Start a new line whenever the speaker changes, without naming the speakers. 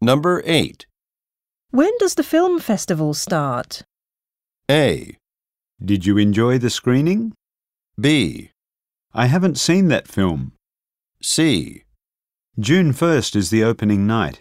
Number 8.
When does the film festival start?
A.
Did you enjoy the screening?
B.
I haven't seen that film.
C.
June 1st is the opening night.